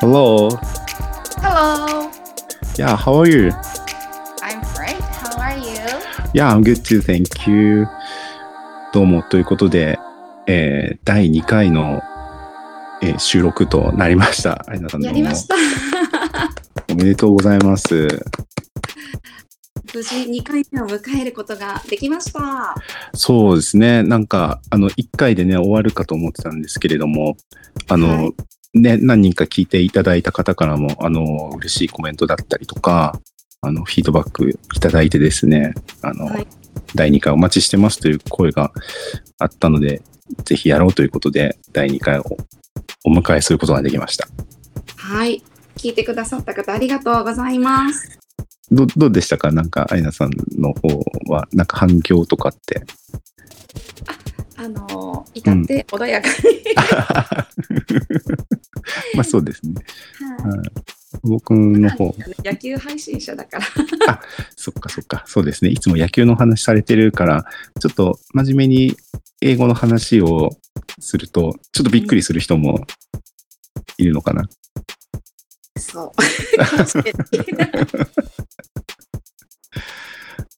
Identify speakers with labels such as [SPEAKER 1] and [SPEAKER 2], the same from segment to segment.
[SPEAKER 1] Hello.
[SPEAKER 2] Hello,
[SPEAKER 1] Yeah, how are you?
[SPEAKER 2] I'm great. How are you?
[SPEAKER 1] Yeah, I'm good too. Thank you. どうも。ということで、えー第2回の、えー収録となりました。アリナさんど
[SPEAKER 2] や
[SPEAKER 1] う
[SPEAKER 2] り
[SPEAKER 1] も
[SPEAKER 2] ま。した。
[SPEAKER 1] おめでとうございます。
[SPEAKER 2] 無事2回目を迎えることができました。
[SPEAKER 1] そうですね。なんか、あの、1回でね、終わるかと思ってたんですけれども、あの、
[SPEAKER 2] はい
[SPEAKER 1] ね、何人か聞いていただいた方からも、あの、嬉しいコメントだったりとか、あの、フィードバックいただいてですね、あの、
[SPEAKER 2] はい
[SPEAKER 1] 第2回お待ちしてますという声があったので、ぜひやろうということで、第2回をお迎えすることができました。
[SPEAKER 2] はい。聞いてくださった方ありがとうございます。
[SPEAKER 1] どどうでしたかなんか、アイナさんの方は、なんか反響とか って。
[SPEAKER 2] あの、至って穏やかに。
[SPEAKER 1] まあそうですね。
[SPEAKER 2] はい
[SPEAKER 1] 僕の方、
[SPEAKER 2] 野球配信者だから。
[SPEAKER 1] そっかそっか、そうですね。いつも野球の話されてるから、ちょっと真面目に英語の話をすると、ちょっとびっくりする人もいるのかな。
[SPEAKER 2] そう。かもしれない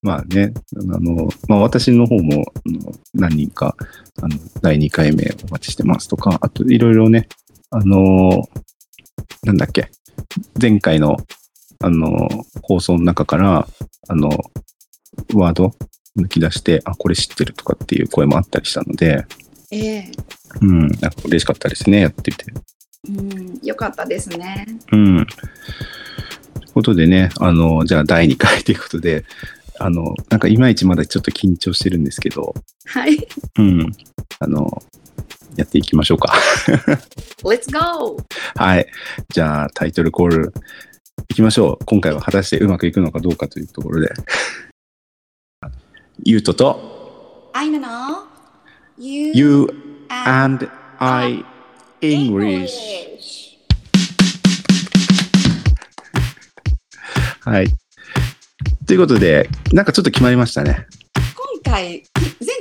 [SPEAKER 1] まあね、あの、まあ私の方もあの何人か、あの、第2回目お待ちしてますとか、あといろいろね、あの、なんだっけ、前回の、あの、放送の中から、あの、ワード抜き出して、あ、これ知ってるとかっていう声もあったりしたので、
[SPEAKER 2] ええ
[SPEAKER 1] うん、なんか嬉しかったですね、やってみて。
[SPEAKER 2] うん、よかったですね。
[SPEAKER 1] うん。ということでね、あの、じゃあ第2回ということで、あの、なんかいまいちまだちょっと緊張してるんですけど、
[SPEAKER 2] はい。
[SPEAKER 1] うん、あの、やっていきましょうか。
[SPEAKER 2] Let's go!
[SPEAKER 1] はい。じゃあタイトルコール、いきましょう。今回は果たしてうまくいくのかどうかというところで。 ゆうとと、
[SPEAKER 2] アイナの You,
[SPEAKER 1] You and
[SPEAKER 2] and
[SPEAKER 1] I English。はい。ということで、なんかちょっと決まりましたね。
[SPEAKER 2] 今回、前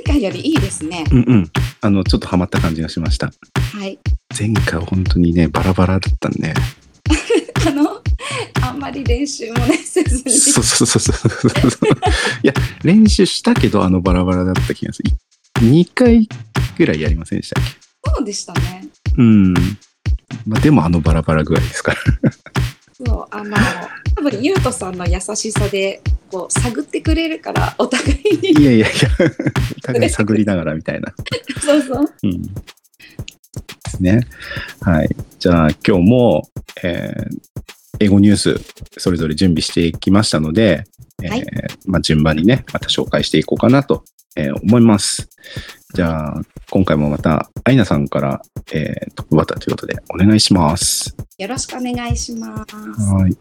[SPEAKER 2] 回よりいいですね。
[SPEAKER 1] うんうん。あの、ちょっとハマった感じがしました。
[SPEAKER 2] はい。
[SPEAKER 1] 前回は本当にね、バラバラだったん で。
[SPEAKER 2] あの、あんまり練習もね、せずに。
[SPEAKER 1] そうそうそうそうそうそう。いや、練習したけど、あのバラバラだった気がする。2回ぐらいやりませんでしたっ
[SPEAKER 2] そうでしたね。
[SPEAKER 1] けうん。まあ、でもあのバラバラぐらいです から。
[SPEAKER 2] そう、あの、多分ゆうとさんの優しさで、こう、探ってくれるから、お互いに。
[SPEAKER 1] いやいやいや、お互い探りながらみたいな。
[SPEAKER 2] そうそう。
[SPEAKER 1] うん。ですね。はい。じゃあ今日も、えー英語ニュースそれぞれ準備していきましたので、えー
[SPEAKER 2] はい
[SPEAKER 1] まあ、順番にね、また紹介していこうかなと、えー思います。じゃあ今回もまたアイナさんから、えートップバッターということでお願いします。
[SPEAKER 2] よろしくお願いします。
[SPEAKER 1] はい。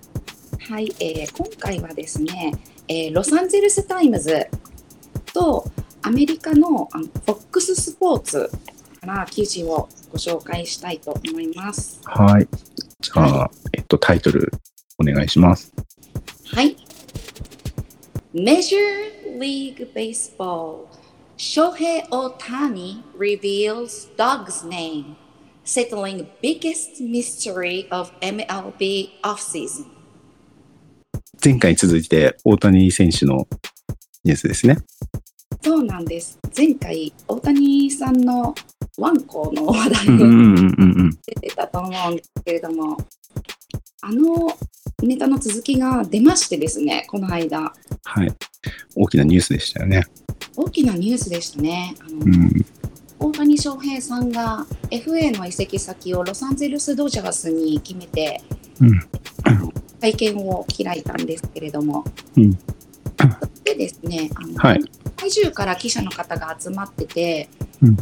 [SPEAKER 2] はい、えー今回はですね、えーロサンゼルス・タイムズとアメリカのあの FOX スポーツから記事をご紹介したいと思います。
[SPEAKER 1] はい。じゃあ、えっと、タイトルお願いします。
[SPEAKER 2] はい。Major League Baseball 翔平 Otani reveals dog's name, settling biggest mystery of MLB offseason.
[SPEAKER 1] 前回に続いて大谷選手のニュースですね。
[SPEAKER 2] そうなんです。前回、大谷さんのワンコの話題
[SPEAKER 1] うんう
[SPEAKER 2] が
[SPEAKER 1] んうんうんうん。
[SPEAKER 2] 出てたと思うんですけれども、あのネタの続きが出ましてですね、この間、
[SPEAKER 1] はい。大きなニュースでしたよね。
[SPEAKER 2] 大きなニュースでしたね。あの
[SPEAKER 1] うん。
[SPEAKER 2] 大谷翔平さんが FA の移籍先をロサンゼルス・ドジャースに決めて、
[SPEAKER 1] うん
[SPEAKER 2] あの会見を開いたんですけれども、
[SPEAKER 1] うん
[SPEAKER 2] でですねあの、
[SPEAKER 1] はい。
[SPEAKER 2] 世界中から記者の方が集まってて、
[SPEAKER 1] うん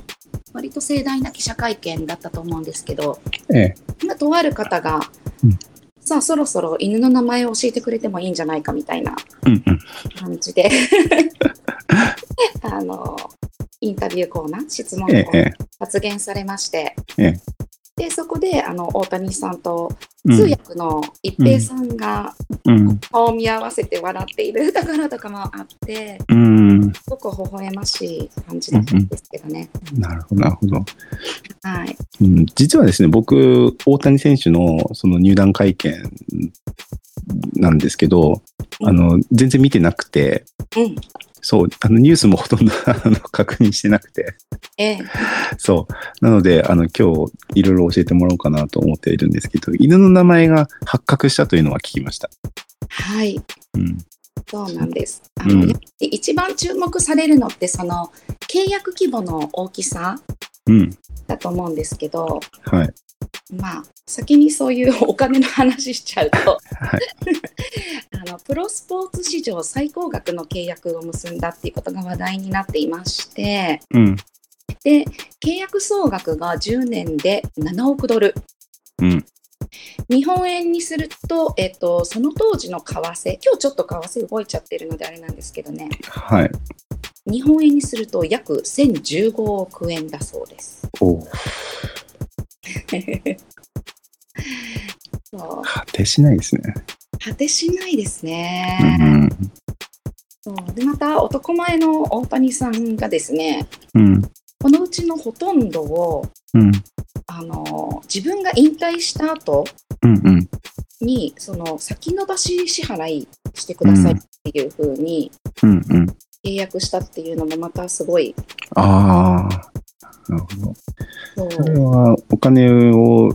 [SPEAKER 2] 割と盛大な記者会見だったと思うんですけど
[SPEAKER 1] ええ。
[SPEAKER 2] 今とある方が、
[SPEAKER 1] うん
[SPEAKER 2] さあそろそろ犬の名前を教えてくれてもいいんじゃないかみたいな
[SPEAKER 1] うんうん。
[SPEAKER 2] 感 じであのインタビューコーナー質問コー
[SPEAKER 1] え
[SPEAKER 2] ナ
[SPEAKER 1] え
[SPEAKER 2] ー。
[SPEAKER 1] ええ
[SPEAKER 2] 発言されまして、
[SPEAKER 1] ええ
[SPEAKER 2] でそこであの大谷さんと通訳の一平さんが
[SPEAKER 1] うん。
[SPEAKER 2] 顔を見合わせて笑っているところとかもあって
[SPEAKER 1] うん。
[SPEAKER 2] すごく微笑ましい感じだったんですけどね。
[SPEAKER 1] なるほど、なるほど。
[SPEAKER 2] はい、
[SPEAKER 1] うん、実はですね、僕、大谷選手のその入団会見なんですけど、あの、全然見てなくて、
[SPEAKER 2] うん
[SPEAKER 1] そう、あのニュースもほとんど あの確認してなくて、
[SPEAKER 2] ええ
[SPEAKER 1] そう。なので、あの、今日、いろいろ教えてもらおうかなと思っているんですけど、犬の名前が発覚したというのは聞きました。
[SPEAKER 2] はい
[SPEAKER 1] うん。
[SPEAKER 2] そうなんです。あの、
[SPEAKER 1] うん
[SPEAKER 2] やっぱり一番注目されるのってその契約規模の大きさ
[SPEAKER 1] うん。
[SPEAKER 2] だと思うんですけど、
[SPEAKER 1] はい。
[SPEAKER 2] まあ先にそういうお金の話しちゃうと、
[SPEAKER 1] はい
[SPEAKER 2] あのプロスポーツ史上最高額の契約を結んだっていうことが話題になっていまして、
[SPEAKER 1] うん。
[SPEAKER 2] で契約総額が10年で7億ドル。
[SPEAKER 1] うん。
[SPEAKER 2] 日本円にすると、えっと、その当時の為替、今日ちょっと為替動いちゃってるのであれなんですけどね、
[SPEAKER 1] はい。
[SPEAKER 2] 日本円にすると約1015億円だそうです。
[SPEAKER 1] おう
[SPEAKER 2] そう
[SPEAKER 1] 果てしないですね。
[SPEAKER 2] 果てしないですね。
[SPEAKER 1] うん。
[SPEAKER 2] そうでまた男前の大谷さんがですね
[SPEAKER 1] うん。
[SPEAKER 2] このうちのほとんどを
[SPEAKER 1] うん。
[SPEAKER 2] あの自分が引退した後
[SPEAKER 1] うん。うん。
[SPEAKER 2] にその先延ばし支払いしてくださいっていうふうに
[SPEAKER 1] うん。うん。
[SPEAKER 2] 契約したっていうのもまたすごい。
[SPEAKER 1] ああ。なるほど。
[SPEAKER 2] そう
[SPEAKER 1] それはお金を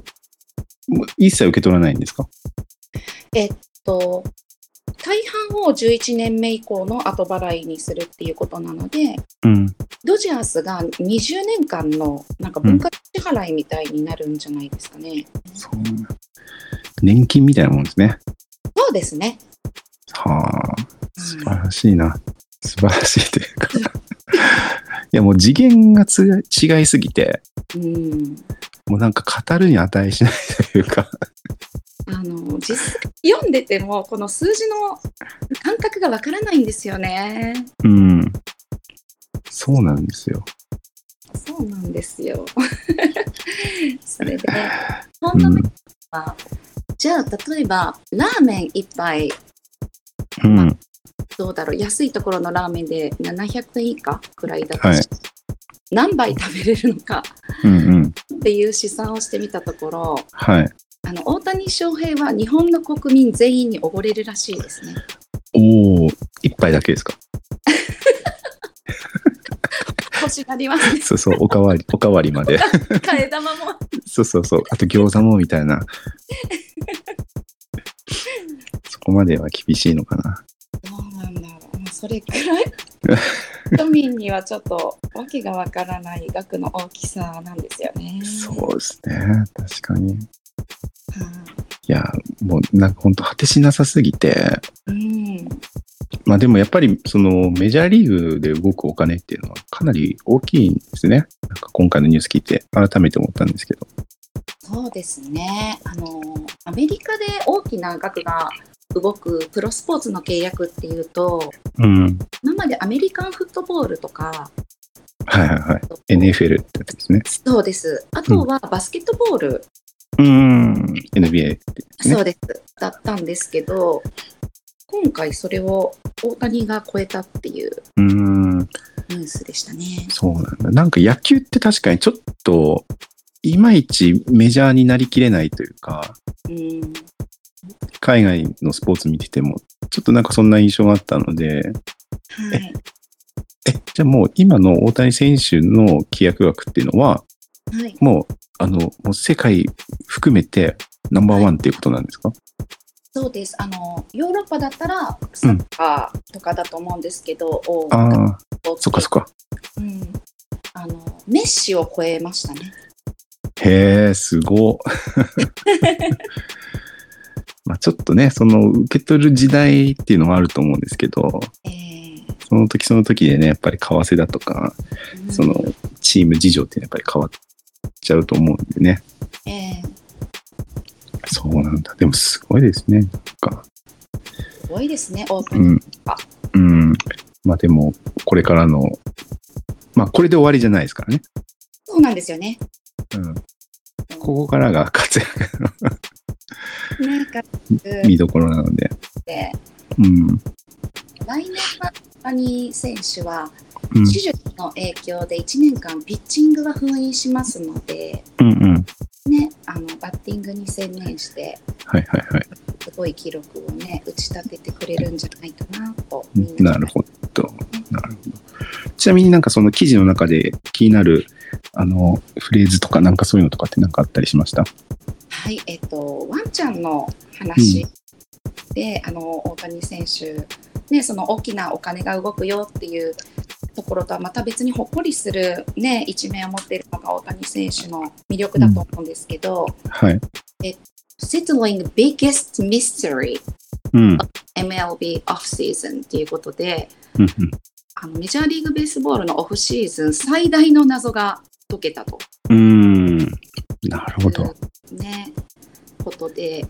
[SPEAKER 1] もう一切受け取らないんですか
[SPEAKER 2] と大半を11年目以降の後払いにするっていうことなので
[SPEAKER 1] うん。
[SPEAKER 2] ドジャースが20年間のなんか分割支払いみたいになるんじゃないですかね。
[SPEAKER 1] そう。年金みたいなもんですね。
[SPEAKER 2] そうですね。
[SPEAKER 1] はあ。素晴
[SPEAKER 2] はい
[SPEAKER 1] らしいな。素晴らしいというか。 いやもう次元がつ違いすぎて、
[SPEAKER 2] うん、
[SPEAKER 1] もうなんか語るに値しないというか。
[SPEAKER 2] あの実際読んでてもこの数字の感覚がわからないんですよね。
[SPEAKER 1] うん。そうなんですよ。
[SPEAKER 2] そうなんです よ。それでそ
[SPEAKER 1] うん
[SPEAKER 2] なん中。じゃあ例えばラーメン1杯
[SPEAKER 1] うん。
[SPEAKER 2] どうだろう安いところのラーメンで700円以下くらいだとし、
[SPEAKER 1] はい
[SPEAKER 2] 何杯食べれるのか
[SPEAKER 1] うんうん。
[SPEAKER 2] っていう試算をしてみたところ
[SPEAKER 1] はい。
[SPEAKER 2] あの大谷翔平は日本の国民全員におごれるらしいですね。
[SPEAKER 1] おお、一杯だけですか
[SPEAKER 2] 欲しがります ね
[SPEAKER 1] そうそう、おかわり、おかわりまで。
[SPEAKER 2] 替え玉も
[SPEAKER 1] そうそうそう。あと餃子もみたいな。そこまでは厳しいのかな。
[SPEAKER 2] どうなんだろう、まあ、それく らい庶民にはちょっとわけがわからない額の大きさなんですよね。
[SPEAKER 1] そうですね。確かに。い
[SPEAKER 2] は
[SPEAKER 1] や、もうなんか本当果てしなさすぎて。
[SPEAKER 2] いうん、
[SPEAKER 1] まあでもやっぱりそのメジャーリーグで動くお金っていうのはかなり大きいんですね。なんか今回のニュース聞いて改めて思ったんですけど。
[SPEAKER 2] そうですねあのアメリカで大きな額が動くプロスポーツの契約っていうと
[SPEAKER 1] うん。
[SPEAKER 2] 今までアメリカンフットボールとか
[SPEAKER 1] はいはいはい。NFL ってやつですね。
[SPEAKER 2] そうですあとはバスケットボール、
[SPEAKER 1] うん。NBA。ね
[SPEAKER 2] そうですだったんですけど今回それを大谷が超えたっていう
[SPEAKER 1] うん。
[SPEAKER 2] ニュースでしたね。
[SPEAKER 1] そうなんだ。なんか野球って確かにちょっと、いまいちメジャーになりきれないというか、
[SPEAKER 2] うん
[SPEAKER 1] 海外のスポーツ見てても、ちょっとなんかそんな印象があったので、
[SPEAKER 2] はい、
[SPEAKER 1] え、じゃあもう今の大谷選手の規約額っていうのは、
[SPEAKER 2] はい、
[SPEAKER 1] もう、あの、もう世界含めてナンバーワンっていうことなんですか
[SPEAKER 2] そうですあのヨーロッパだったらサッカーとかだと思うんですけど、お
[SPEAKER 1] ああ、
[SPEAKER 2] お
[SPEAKER 1] そっかそっか。
[SPEAKER 2] うん、あのメッシを超えましたね。
[SPEAKER 1] へえ、すごっ。まあちょっとね、その受け取る時代っていうのはあると思うんですけど、
[SPEAKER 2] えー
[SPEAKER 1] その時その時でね、やっぱり為替だとか、
[SPEAKER 2] うん
[SPEAKER 1] そのチーム事情ってやっぱり変わっちゃうと思うんでね。
[SPEAKER 2] えー
[SPEAKER 1] そうなんだ。でもすごいですね。なんか、
[SPEAKER 2] すごいですね、大
[SPEAKER 1] う
[SPEAKER 2] 谷。
[SPEAKER 1] ん。うん。まあでも、これからの、まあこれで終わりじゃないですからね。
[SPEAKER 2] そうなんですよね。
[SPEAKER 1] うん。ここからが活躍の
[SPEAKER 2] なんか、
[SPEAKER 1] 見どころなので。
[SPEAKER 2] で
[SPEAKER 1] うん。
[SPEAKER 2] 来年は大谷選手は、
[SPEAKER 1] うん
[SPEAKER 2] 手術の影響で1年間ピッチングが封印しますので、
[SPEAKER 1] うんうん。
[SPEAKER 2] ね、あのバッティングに専念して、
[SPEAKER 1] はいはいはい。
[SPEAKER 2] すごい記録をね、打ち立ててくれるんじゃないかなと、みんな
[SPEAKER 1] なるほど。なるほど。ちなみになんかその記事の中で気になるあのフレーズとかなんかそういうのとかってなんかあったりしました
[SPEAKER 2] はい、えっと、ワンちゃんの話で、あの大谷選手、ね、その大きなお金が動くよっていうところとはまた別にほっこりする、ね、一面を持っているのが大谷選手の魅力だと思うんですけど、
[SPEAKER 1] はい。
[SPEAKER 2] Settling Biggest Mystery
[SPEAKER 1] うん。
[SPEAKER 2] MLB Offseason っていうことで、
[SPEAKER 1] うんうん
[SPEAKER 2] あのメジャーリーグベースボールのオフシーズン最大の謎が解けたと。
[SPEAKER 1] うーん。なるほ ど。
[SPEAKER 2] ね、ことで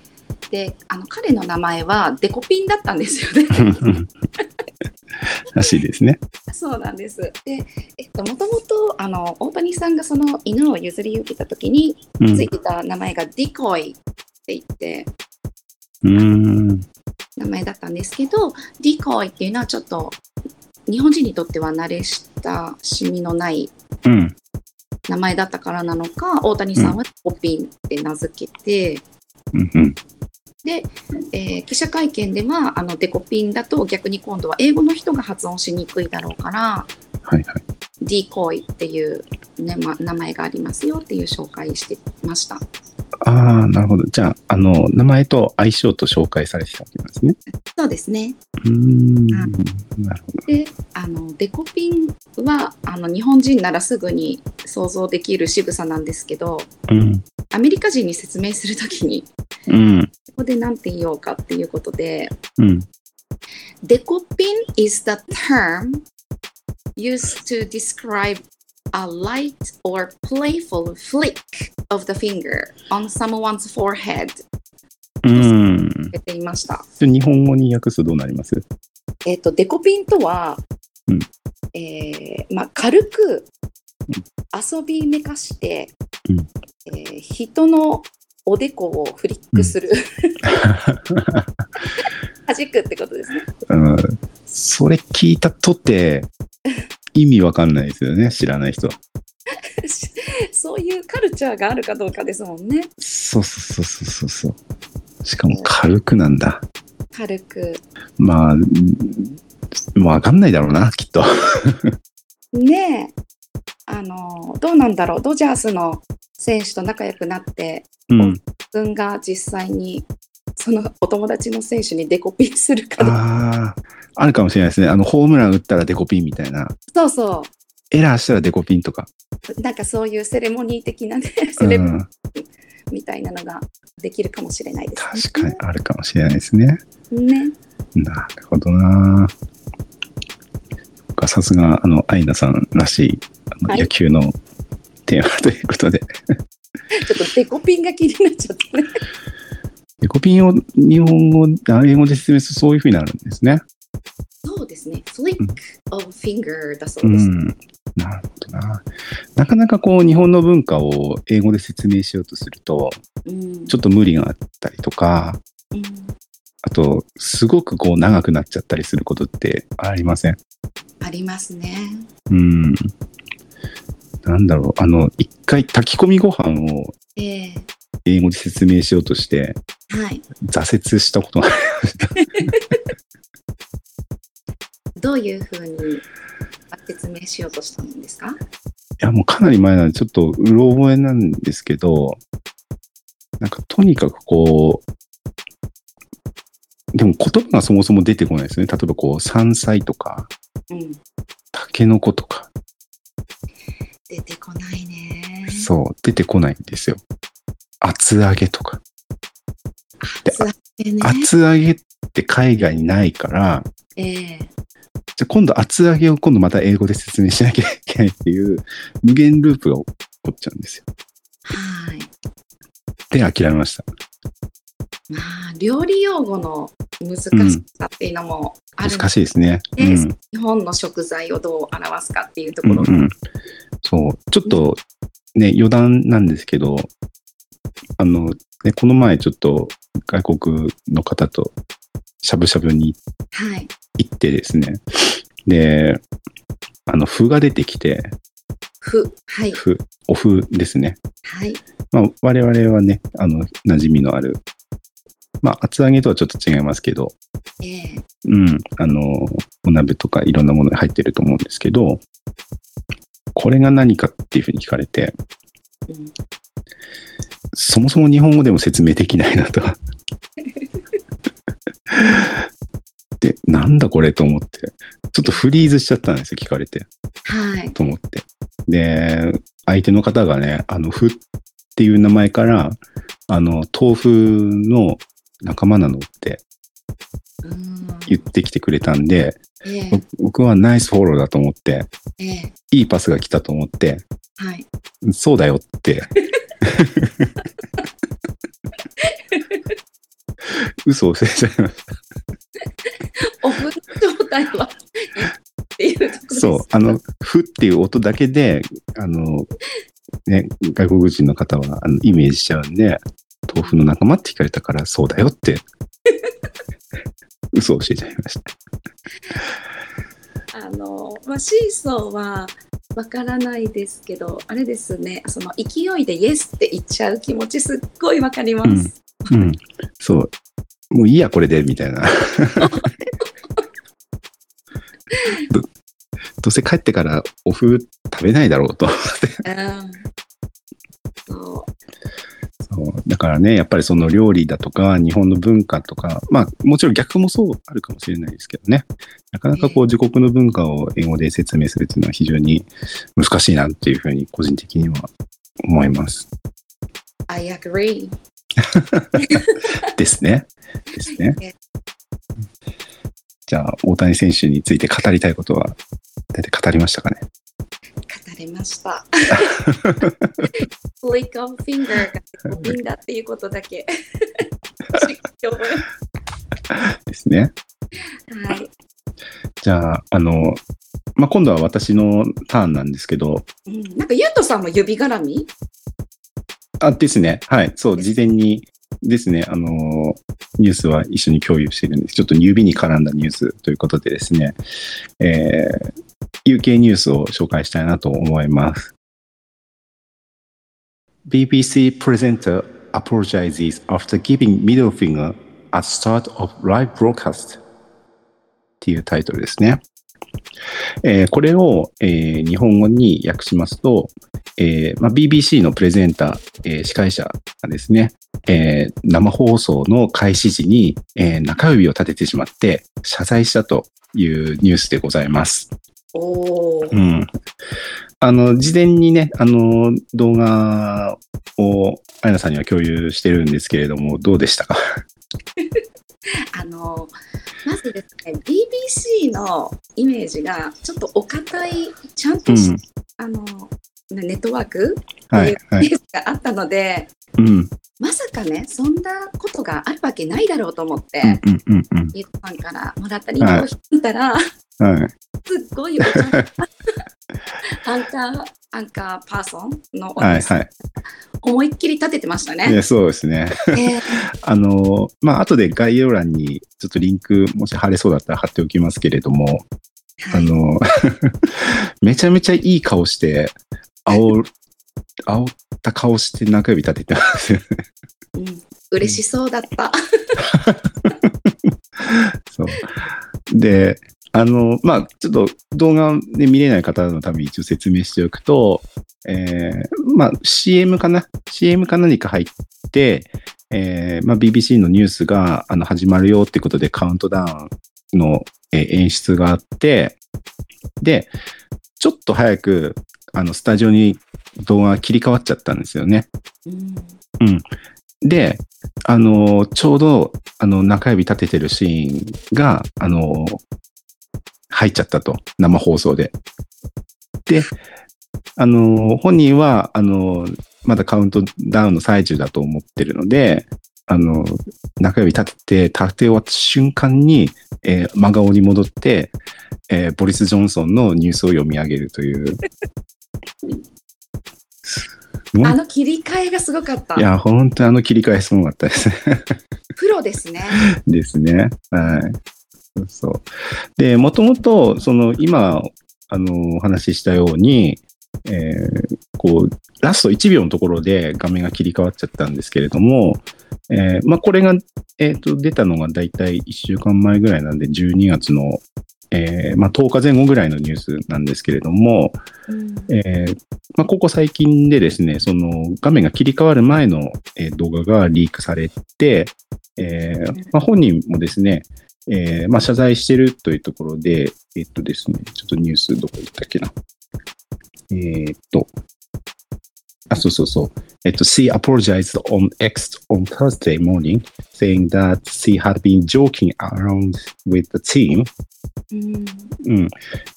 [SPEAKER 2] であの彼の名前はデコピンだったんですよね。
[SPEAKER 1] らしいですね。
[SPEAKER 2] そうなんですで、えっと、もともとあの大谷さんがその犬を譲り受けた時に
[SPEAKER 1] う
[SPEAKER 2] つ
[SPEAKER 1] ん
[SPEAKER 2] い。てた名前がディコイって言って
[SPEAKER 1] うーん。
[SPEAKER 2] 名前だったんですけどディコイっていうのはちょっと日本人にとっては慣れ親しみのない
[SPEAKER 1] うん。
[SPEAKER 2] 名前だったからなのか大谷さんはデコピンって名付けて。
[SPEAKER 1] うんうん。
[SPEAKER 2] えー記者会見ではあのデコピンだと逆に今度は英語の人が発音しにくいだろうから
[SPEAKER 1] はいはい。
[SPEAKER 2] ディコイっていう、ねま、名前がありますよっていう紹介してました
[SPEAKER 1] ああ、なるほど。じゃあ、あの、名前と相性と紹介されてたわけなんですね。
[SPEAKER 2] そうですね
[SPEAKER 1] うーん。
[SPEAKER 2] は
[SPEAKER 1] なるほど。
[SPEAKER 2] であのデコピンはあの日本人ならすぐに想像できる仕草なんですけど
[SPEAKER 1] うん。
[SPEAKER 2] アメリカ人に説明するときに
[SPEAKER 1] うん。
[SPEAKER 2] ここで何て言おうかっていうことで
[SPEAKER 1] うん。
[SPEAKER 2] Decopin is the term used to describe a light or playful flick of the finger on someone's forehead.
[SPEAKER 1] うん。
[SPEAKER 2] 出ていました。
[SPEAKER 1] 日本語に訳すとどうなります
[SPEAKER 2] えっ、と、デコピンとは、
[SPEAKER 1] うん
[SPEAKER 2] えーまあ、軽く遊びめかして、
[SPEAKER 1] うん
[SPEAKER 2] えー人のおでこをフリックする、 弾くってことですね。
[SPEAKER 1] うんそれ聞いたとて、意味わかんないですよね、知らない人は。
[SPEAKER 2] そういうカルチャーがあるかどうかですもんね。
[SPEAKER 1] そうそうそうそうそうそう。しかも軽くなんだ。
[SPEAKER 2] 軽く。
[SPEAKER 1] まあ、うんわかんないだろうな、きっと。
[SPEAKER 2] ねえ、あの、どうなんだろう、ドジャースの選手と仲良くなって、
[SPEAKER 1] うん。
[SPEAKER 2] 自分が実際にそのお友達の選手にデコピンするかどうか、
[SPEAKER 1] ああ、あるかもしれないですね。あの、ホームラン打ったらデコピンみたいな。
[SPEAKER 2] そうそ
[SPEAKER 1] エラーしたらデコピンとか。
[SPEAKER 2] う、なんかそういうセレモニー的なね、
[SPEAKER 1] う
[SPEAKER 2] セレモニー
[SPEAKER 1] ん。
[SPEAKER 2] みたいなのができるかもしれないです、
[SPEAKER 1] 確かにあるかもしれないですね。
[SPEAKER 2] に。ね、
[SPEAKER 1] なるほどな。そっかさすが、あの、アイナさんらしい、あの
[SPEAKER 2] はい
[SPEAKER 1] 野球のテーマということで、
[SPEAKER 2] ちょっとデコピンが気になっちゃったね。
[SPEAKER 1] デコピンを日本語、あ英語で説明するとそういうふうになるんですね。
[SPEAKER 2] そうですね、フリック・オブ・フィンガーだそううです。
[SPEAKER 1] ん。なるほどな。なかなかこう、日本の文化を英語で説明しようとすると、
[SPEAKER 2] うん
[SPEAKER 1] ちょっと無理があったりとか、
[SPEAKER 2] うん
[SPEAKER 1] あと、すごくこう、長くなっちゃったりすることってありません
[SPEAKER 2] ありますね。
[SPEAKER 1] うん。なんだろう、あの、一回炊き込みご飯を
[SPEAKER 2] ええ
[SPEAKER 1] 英語で説明しようとして、
[SPEAKER 2] はい。
[SPEAKER 1] 挫折したことがある。
[SPEAKER 2] どういうふうに説明しようとしたんですか
[SPEAKER 1] いや、もうかなり前なんで、ちょっとうろ覚えなんですけど、なんかとにかくこう、でも言葉がそもそも出てこないですよね。例えばこう、山菜とか、
[SPEAKER 2] うん、
[SPEAKER 1] タケノコとか、
[SPEAKER 2] 出てこないね。
[SPEAKER 1] そう、出てこないんですよ。厚揚げとか。で
[SPEAKER 2] 厚揚げね。
[SPEAKER 1] 厚揚げって海外にないから、
[SPEAKER 2] ええ
[SPEAKER 1] じゃあ今度厚揚げを今度また英語で説明しなきゃいけないっていう無限ループが起こっちゃうんですよ。
[SPEAKER 2] はい。
[SPEAKER 1] で諦めました。
[SPEAKER 2] まあ、料理用語の難しさっていうのもある、
[SPEAKER 1] 難しいですね。う
[SPEAKER 2] ね
[SPEAKER 1] ん
[SPEAKER 2] 日本の食材をどう表すかっていうとこ
[SPEAKER 1] うん
[SPEAKER 2] ろ。
[SPEAKER 1] うん、そうちょっとね余談なんですけどあの、ね、この前ちょっと外国の方としゃぶしゃぶに
[SPEAKER 2] はい。
[SPEAKER 1] 行ってですね、で、あの、風が出てきて、
[SPEAKER 2] ふ、はい。
[SPEAKER 1] 風、お風ですね。
[SPEAKER 2] はい。
[SPEAKER 1] まあ、我々はね、あの、馴染みのある、まあ、厚揚げとはちょっと違いますけど、
[SPEAKER 2] ええ
[SPEAKER 1] うん、あの、お鍋とかいろんなものに入ってると思うんですけど、これが何かっていうふうに聞かれて、
[SPEAKER 2] うん
[SPEAKER 1] そもそも日本語でも説明できないなと。で、なんだこれと思って、ちょっとフリーズしちゃったんですよ、聞かれて、
[SPEAKER 2] はい。
[SPEAKER 1] と思って。で、相手の方がね、あの、ふっていう名前から、あの、豆腐の仲間なのって
[SPEAKER 2] うん。
[SPEAKER 1] 言ってきてくれたんで、
[SPEAKER 2] ええ
[SPEAKER 1] 僕僕はナイスフォローだと思って、
[SPEAKER 2] ええ
[SPEAKER 1] いいパスが来たと思って、
[SPEAKER 2] はい。
[SPEAKER 1] そうだよって。嘘を教えちゃいまし
[SPEAKER 2] オフ状態はっていうところ
[SPEAKER 1] た。そう。あの、ふっていう音だけで、あの、ね、外国人の方はあのイメージしちゃうんで、豆腐の仲間って聞かれたから、そうだよって。嘘を教えちゃいました。
[SPEAKER 2] あの、まあ、シーソーはわからないですけど、あれですね、その勢いでイエスって言っちゃう気持ちすっごいわかります。
[SPEAKER 1] うんうん。そう。もういいや、これで、みたいな。どどうせ帰ってからお風食べないだろうと。
[SPEAKER 2] うんそ
[SPEAKER 1] そうだからねやっぱりその料理だとか日本の文化とかまあもちろん逆もそうあるかもしれないですけどねなかなかこう自国の文化を英語で説明するっていうのは非常に難しいなっていうふうに個人的には思います。
[SPEAKER 2] う I agree.
[SPEAKER 1] ですね。ですね
[SPEAKER 2] え。
[SPEAKER 1] じゃあ大谷選手について語りたいことは大体語りましたかね
[SPEAKER 2] 語れました。フリックオブフィンガーがフィンだっていうことだけ。 しっかり覚え
[SPEAKER 1] ですね。
[SPEAKER 2] ますはい。
[SPEAKER 1] じゃあ、あの、まあ、今度は私のターンなんですけど、
[SPEAKER 2] うん、なんかゆうとさんも指絡み
[SPEAKER 1] あ、ですね。はい。そう、事前にですね、あの、ニュースは一緒に共有しているんです。ちょっと指に絡んだニュースということでですね、えー、UK ニュースを紹介したいなと思います。BBC presenter apologizes after giving middle finger at start of live broadcast っていうタイトルですね。えーこれを、えー日本語に訳しますと、えーまあ、BBC のプレゼンター、えー司会者がですね、えー生放送の開始時に、えー中指を立ててしまって謝罪したというニュースでございます。
[SPEAKER 2] おお、
[SPEAKER 1] うん。あの、事前にね、あの、動画を、あやなさんには共有してるんですけれども、どうでしたか
[SPEAKER 2] あのまずですね BBC のイメージがちょっとお堅いちゃんとし、
[SPEAKER 1] うん
[SPEAKER 2] あのねネットワークっ
[SPEAKER 1] は
[SPEAKER 2] てい、
[SPEAKER 1] いう
[SPEAKER 2] イメ
[SPEAKER 1] は
[SPEAKER 2] ー
[SPEAKER 1] い。
[SPEAKER 2] ジがあったので、
[SPEAKER 1] うん、うん、
[SPEAKER 2] まさかねそんなことがあるわけないだろうと思って、
[SPEAKER 1] うん、うん、うん
[SPEAKER 2] ゆうさんからもらったリンクを引いたら、す。
[SPEAKER 1] はい。
[SPEAKER 2] っごいお茶 アンカーアンカーパーソンのお
[SPEAKER 1] はい、
[SPEAKER 2] 話、
[SPEAKER 1] は
[SPEAKER 2] 思いっきり立ててました
[SPEAKER 1] いい
[SPEAKER 2] ね。
[SPEAKER 1] や。そうですね。
[SPEAKER 2] えー
[SPEAKER 1] あの、まあ、後で概要欄に、ちょっとリンク、もし貼れそうだったら貼っておきますけれども、あ
[SPEAKER 2] はい
[SPEAKER 1] の、 めちゃめちゃいい顔して、煽る、煽った顔して中指立ててますよね。
[SPEAKER 2] うん、嬉しそうだった。
[SPEAKER 1] そう。で、あの、まあ、ちょっと動画で見れない方のために一応説明しておくと、えーまあ、CM かな ?CM か何か入って、えーまあ、BBC のニュースがあの始まるよってことでカウントダウンの、えー演出があって、で、ちょっと早く、あの、スタジオに動画が切り替わっちゃったんですよね。
[SPEAKER 2] うん
[SPEAKER 1] で、あの、ちょうど、あの、中指立ててるシーンが、あの、入っちゃったと、生放送で。で、あの、本人は、あの、まだカウントダウンの最中だと思ってるので、あの、中指立てて、立て終わった瞬間に、えー真顔に戻って、えーボリス・ジョンソンのニュースを読み上げるという。うん
[SPEAKER 2] あの切り替えがすごかった
[SPEAKER 1] い。や、本当にあの切り替えすごかったですね。
[SPEAKER 2] プロですね。
[SPEAKER 1] ですね。はい。そうそう。で、もともと、その、今、あの、お話ししたように、えーこう、ラスト1秒のところで画面が切り替わっちゃったんですけれども、えーまあ、これが、えっ、と、出たのがだいたい1週間前ぐらいなんで、12月の、えーまあ、10日前後ぐらいのニュースなんですけれども、
[SPEAKER 2] うん
[SPEAKER 1] えーまあ、ここ最近でですね、その画面が切り替わる前の、えー動画がリークされて、えーまあ、本人もですね、えーまあ、謝罪してるというところで、えっとですね、ちょっとニュースどこ行ったっけな。えーっと、あ、そうそうそう。えっと、she apologized on X on Thursday morning, saying that she had been joking around with the team
[SPEAKER 2] うん
[SPEAKER 1] うん、っ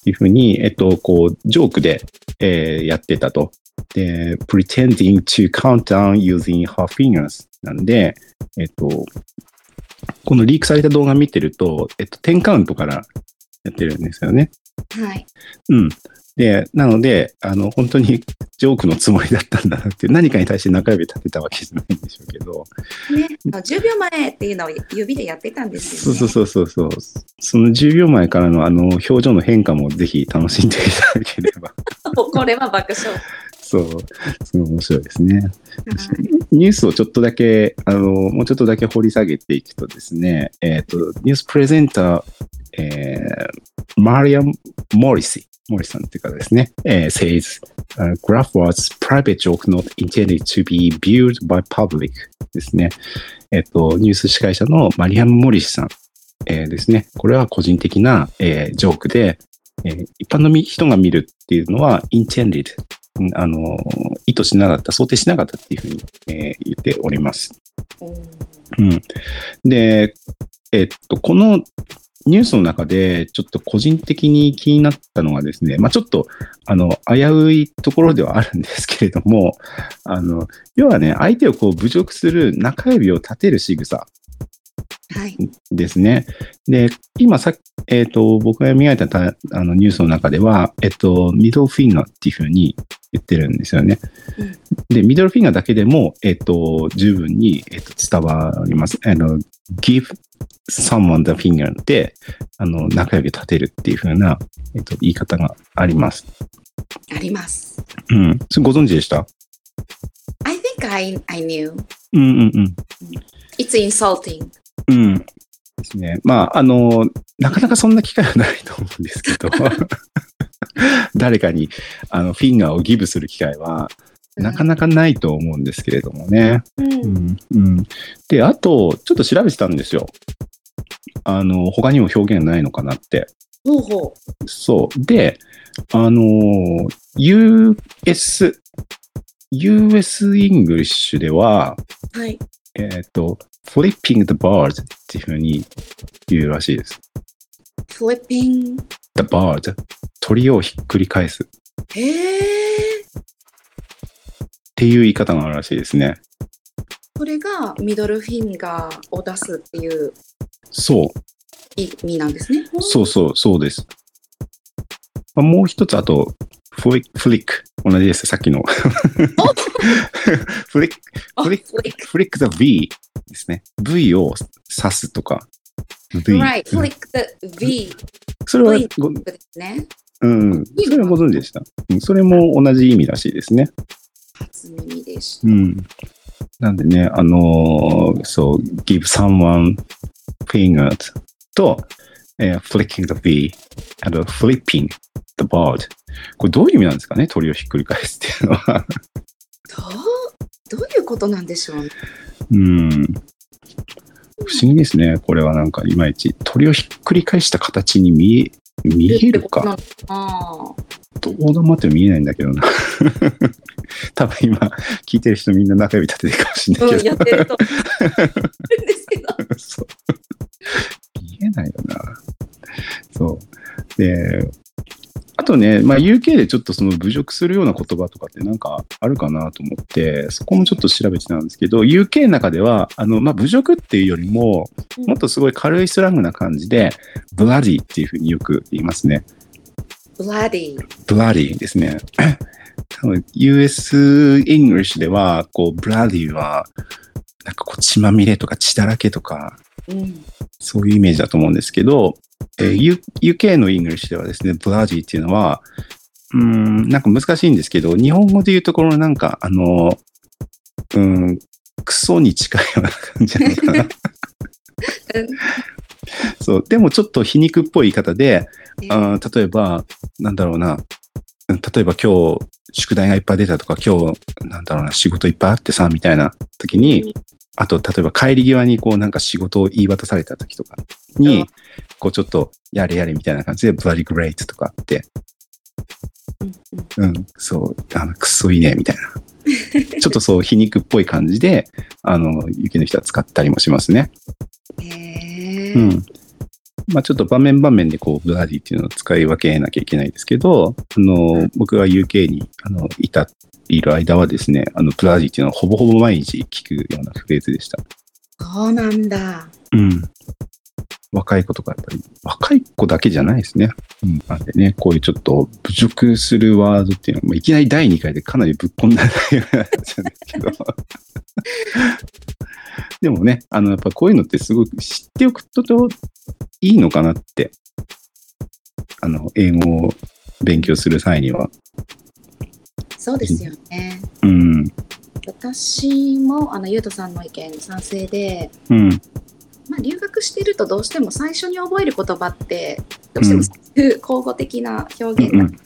[SPEAKER 1] ていうふうに、えっと、こう、ジョークで、えーやってたと。で、pretending to count down using her fingers なんで、えっと、このリークされた動画見てると、えっと、10カウントからやってるんですよね。
[SPEAKER 2] はい。
[SPEAKER 1] うん。で、なので、あの、本当に ジョークのつもりだったんだなっていう、何かに対して中指立てたわけじゃないんでしょうけど、
[SPEAKER 2] ね、10秒前っていうのを指でやってたんです
[SPEAKER 1] そ
[SPEAKER 2] よ、
[SPEAKER 1] う
[SPEAKER 2] ね。
[SPEAKER 1] そうそうそうそう。その10秒前からのあの、表情の変化もぜひ楽しんでいただければ。
[SPEAKER 2] これは爆笑。
[SPEAKER 1] そう、すごい面白いですね。
[SPEAKER 2] はい
[SPEAKER 1] ニュースをちょっとだけ、あの、もうちょっとだけ掘り下げていくとですね、えっ、と、ニュースプレゼンター、えー、マリアム・モリシ、モリさんっていう方ですね、えー、says, uh, graph was private joke not intended to be viewed by public ですね。えっ、と、ニュース司会者のマリアム・モリシさん、えーですね。これは個人的な、えージョークで、えー一般のみ人が見るっていうのは intended うんあの、意図しなかった、想定しなかったっていうふうに、えー言っております。
[SPEAKER 2] おー
[SPEAKER 1] うん。で、えっと、このニュースの中で、ちょっと個人的に気になったのがですね、まあちょっと、あの、危ういところではあるんですけれども、あの、要はね、相手をこう侮辱する中指を立てる仕草
[SPEAKER 2] はい。
[SPEAKER 1] ですね。で、今さっき、えっ、と、僕が磨いたたあのニュースの中では、えっ、と、ミドルフィンガーっていうふうに言ってるんですよね。
[SPEAKER 2] うん
[SPEAKER 1] で、ミドルフィンガーだけでも、えっ、と、十分に、えっと伝わります。あの、give someone the finger で、あの、中指を立てるっていうふうな、えっ、と、言い方があります。
[SPEAKER 2] あります。
[SPEAKER 1] うん。それご存知でした
[SPEAKER 2] I think I, I knew.
[SPEAKER 1] うんうんうん。
[SPEAKER 2] It's insulting.
[SPEAKER 1] うん。ですね。まあ、あの、なかなかそんな機会はないと思うんですけ ど、誰かにあのフィンガーをギブする機会は、なかなかないと思うんですけれどもね。
[SPEAKER 2] うん
[SPEAKER 1] うん。うん、で、あと、ちょっと調べてたんですよ。あの、他にも表現ないのかなって。
[SPEAKER 2] ほうほ
[SPEAKER 1] そう。で、あの、US、US イングリッシュでは、
[SPEAKER 2] う。はい。
[SPEAKER 1] えっ、と、flipping the bird っていうふうに言うらしいです。
[SPEAKER 2] Flipping.
[SPEAKER 1] the bird 鳥をひっくり返すっ
[SPEAKER 2] へえ。
[SPEAKER 1] ていう言い方があるらしいですね。
[SPEAKER 2] それがミドルフィンガーを出すっていう
[SPEAKER 1] そ
[SPEAKER 2] 意味なんですね。
[SPEAKER 1] う、そうそう、そうです。まあ、もう一つ、あと、フリフリック。同じです、さっきの。 フリック、
[SPEAKER 2] あ
[SPEAKER 1] フリッ
[SPEAKER 2] フリック。
[SPEAKER 1] フリック the V ですね。V を刺すとか。V。
[SPEAKER 2] Right. Flick the V
[SPEAKER 1] それは
[SPEAKER 2] V
[SPEAKER 1] ご、
[SPEAKER 2] ですね。
[SPEAKER 1] うん、それはご存知でした。うんそれも同じ意味らしいですね。
[SPEAKER 2] 初耳でし
[SPEAKER 1] うん。なんでね、あのーそう、give someone finger と、えー flicking the V、あと flipping the bird。これどういう意味なんですかね鳥をひっくり返すっていうのは。
[SPEAKER 2] た。どう、どういうことなんでしょうね。
[SPEAKER 1] うん。不思議ですね。これはなんかいまいち。鳥をひっくり返した形に見え、見えるか。
[SPEAKER 2] ってことなのか
[SPEAKER 1] どう頑張っても見えないんだけどな。多分今、聞いてる人みんな中指立ててるかもしれ
[SPEAKER 2] な。
[SPEAKER 1] な
[SPEAKER 2] う
[SPEAKER 1] い
[SPEAKER 2] ん、
[SPEAKER 1] け
[SPEAKER 2] や
[SPEAKER 1] ど。
[SPEAKER 2] ってると。ですけど。
[SPEAKER 1] そう。見えないよな。そう。で、あとね、まあ、UK でちょっとその侮辱するような言葉とかってなんかあるかなと思って、そこもちょっと調べてたんですけど、UK の中では、あの、まあ、侮辱っていうよりも、
[SPEAKER 2] うん
[SPEAKER 1] もっとすごい軽いスラングな感じで、ブラディっていうふうによく言いますね。
[SPEAKER 2] Bloody。
[SPEAKER 1] ブラディですね。 多分 US English では、こう、ブラディは、なんかこう、血まみれとか血だらけとか、
[SPEAKER 2] うん。
[SPEAKER 1] そういうイメージだと思うんですけど、えー U- UK の English ではですね、ブラディっていうのは、うーん、なんか難しいんですけど、日本語で言うところなんか、あの、うーん、クソに近いような感じなのかな。そう。でもちょっと皮肉っぽい言い方で、
[SPEAKER 2] えー
[SPEAKER 1] あー例えば、なんだろうな、うん例えば今日、宿題がいっぱい出たとか、今日、なんだろうな、仕事いっぱいあってさ、みたいな時
[SPEAKER 2] うん
[SPEAKER 1] に、あと、例えば帰り際に、こう、なんか仕事を言い渡された時とか
[SPEAKER 2] うん
[SPEAKER 1] に、こう、ちょっと、やれやれみたいな感じで、ブラリグレイトとかって、
[SPEAKER 2] うんうん
[SPEAKER 1] うん、そう、あの、くっそいいね、みたいな。ちょっとそう、皮肉っぽい感じで、 あの、雪の人は使ったりもしますね。
[SPEAKER 2] へ
[SPEAKER 1] う
[SPEAKER 2] ー
[SPEAKER 1] ん。まあちょっと場面場面でこう、ブラディっていうのを使い分けなきゃいけないんですけど、あの、僕が UK にあのいた、いる間はですね、あの、ブラディっていうのはほぼほぼ毎日聞くようなフレーズでした。
[SPEAKER 2] そうなんだ。
[SPEAKER 1] うん。若い子とかやっぱり、若い子だけじゃないですね。うん。なんでね、こういうちょっと侮辱するワードっていうのは、まあいきなり第2回でかなりぶっ込んだ内容なんですけど。 でもね、あの、やっぱこういうのってすごく知っておくといいのかなって。あの、英語を勉強する際には。
[SPEAKER 2] そうですよね。
[SPEAKER 1] うん。
[SPEAKER 2] 私もあのゆうとさんの意見賛成で、
[SPEAKER 1] うん。
[SPEAKER 2] まあ、留学してるとどうしても最初に覚える言葉ってどうしても
[SPEAKER 1] うん
[SPEAKER 2] そういう口語的な表現
[SPEAKER 1] うんう
[SPEAKER 2] が
[SPEAKER 1] ん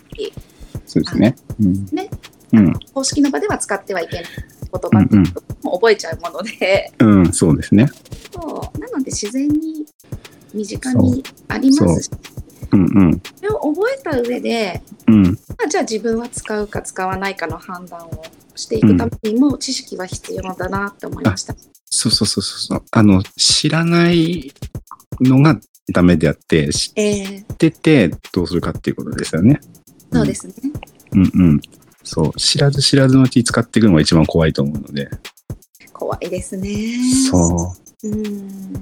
[SPEAKER 1] そうですね。うん。
[SPEAKER 2] ね。
[SPEAKER 1] うん。
[SPEAKER 2] 公式の場では使ってはいけない
[SPEAKER 1] うん
[SPEAKER 2] 言葉
[SPEAKER 1] うん。
[SPEAKER 2] も覚えちゃうもので、
[SPEAKER 1] うん、そうですね。
[SPEAKER 2] そうなので自然に身近にありますし
[SPEAKER 1] うんうん。
[SPEAKER 2] それを覚えた上で、
[SPEAKER 1] うん。
[SPEAKER 2] まあ、じゃあ自分は使うか使わないかの判断をしていくためにも知識は必要だなって思いました。
[SPEAKER 1] そうそうそうそうそう。あの、知らないのがダメであって、知
[SPEAKER 2] えー
[SPEAKER 1] っててどうするかっていうことですよね。
[SPEAKER 2] そうですね。
[SPEAKER 1] うんうん。そう。知らず知らずのうちに使っていくのが一番怖いと思うので。
[SPEAKER 2] 怖いですね。
[SPEAKER 1] そう。
[SPEAKER 2] う。うん。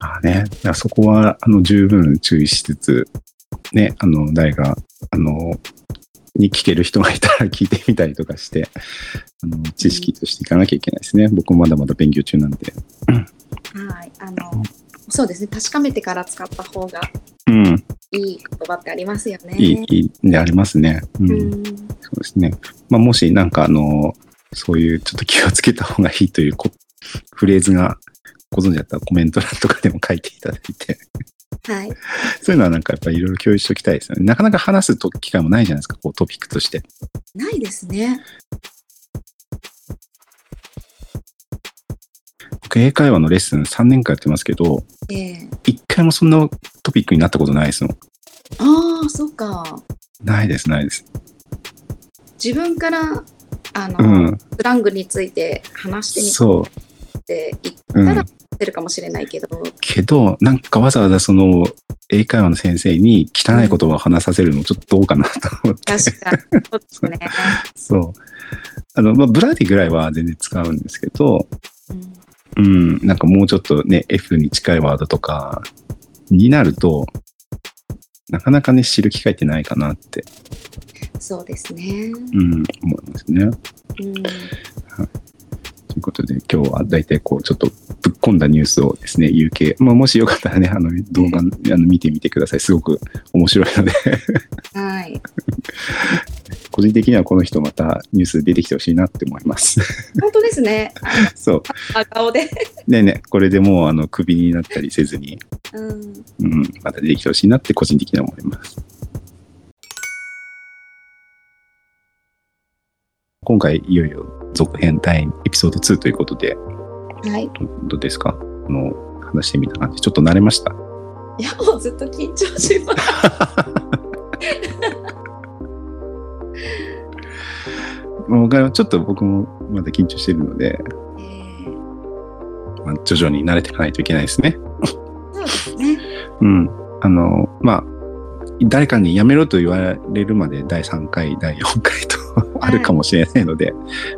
[SPEAKER 1] まあね。だからそこは、あの、十分注意しつつ、ね、あの、誰が、あの、に聞ける人がいたら聞いてみたりとかして、あの、知識としていかなきゃいけないですね。僕もまだまだ勉強中なんで。
[SPEAKER 2] はい。あの、そうですね。確かめてから使った方が
[SPEAKER 1] うん。
[SPEAKER 2] いい言葉ってありますよね。
[SPEAKER 1] いい、いい、でありますね。
[SPEAKER 2] うん。
[SPEAKER 1] そうですね。まあ、もしなんかあの、そういうちょっと気をつけた方がいいというこフレーズがご存知だったらコメント欄とかでも書いていただいて、
[SPEAKER 2] はい。
[SPEAKER 1] そういうのはなんかやっぱりいろいろ共有しておきたいですよね。なかなか話すと機会もないじゃないですか、こうトピックとして。
[SPEAKER 2] ないですね。
[SPEAKER 1] 僕、英会話のレッスン3年間やってますけど、
[SPEAKER 2] ええ
[SPEAKER 1] 一回もそんなトピックになったことないですもん。
[SPEAKER 2] ああ、そうか。
[SPEAKER 1] ないです、ないです。
[SPEAKER 2] 自分から、あの、
[SPEAKER 1] うん。
[SPEAKER 2] スラングについて話してみ
[SPEAKER 1] そ
[SPEAKER 2] て言っ
[SPEAKER 1] う。う
[SPEAKER 2] たら
[SPEAKER 1] ん。
[SPEAKER 2] てるかもしれないけど、
[SPEAKER 1] けど、なんかわざわざその、英会話の先生に汚い言葉を話させるのちょっとどうかなと思って。
[SPEAKER 2] 確かに。そうですね。
[SPEAKER 1] そう。あの、まあ、ブラディぐらいは全然使うんですけど、
[SPEAKER 2] うん
[SPEAKER 1] うん、なんかもうちょっとね、F に近いワードとかになると、なかなかね、知る機会ってないかなって、
[SPEAKER 2] そうですね。
[SPEAKER 1] うん、思いますね。
[SPEAKER 2] うん。
[SPEAKER 1] ということで、今日は大体こう、ちょっとぶっ込んだニュースをですね、UK、まあ、もしよかったらね、あの、動画、あの見てみてください。すごく面白いので、
[SPEAKER 2] はい。
[SPEAKER 1] 個人的にはこの人またニュース出てきてほしいなって思います。
[SPEAKER 2] 本当ですね。
[SPEAKER 1] そう。
[SPEAKER 2] あ顔で。
[SPEAKER 1] ねえねえ、これでもう、あの、クビになったりせずに、
[SPEAKER 2] うん。
[SPEAKER 1] うん、また出てきてほしいなって個人的には思います。今回いよいよ続編第エピソード2ということで、
[SPEAKER 2] はい。
[SPEAKER 1] どどうですかあの話してみた感じ、ちょっと慣れました。
[SPEAKER 2] いや、もうずっと緊張します。
[SPEAKER 1] 僕はちょっと僕もまだ緊張してるので、
[SPEAKER 2] えー
[SPEAKER 1] まあ、徐々に慣れていかないといけないですね。
[SPEAKER 2] そうですね。
[SPEAKER 1] うん。あの、まあ、誰かにやめろと言われるまで第3回、第4回と あるかもしれないので、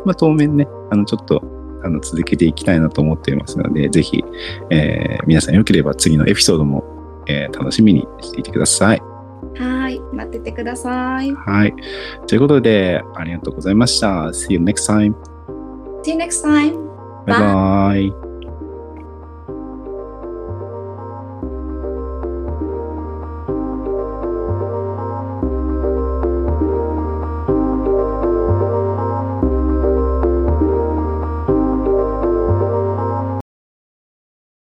[SPEAKER 1] まあ当面ね、あのちょっとあの続けていきたいなと思っていますので、ぜひ、えー皆さんよければ次のエピソードも、えー楽しみにしていてください。
[SPEAKER 2] はい、待っててください。
[SPEAKER 1] はい。ということで、ありがとうございました。See you next time.
[SPEAKER 2] See you next time.
[SPEAKER 1] バイバイ。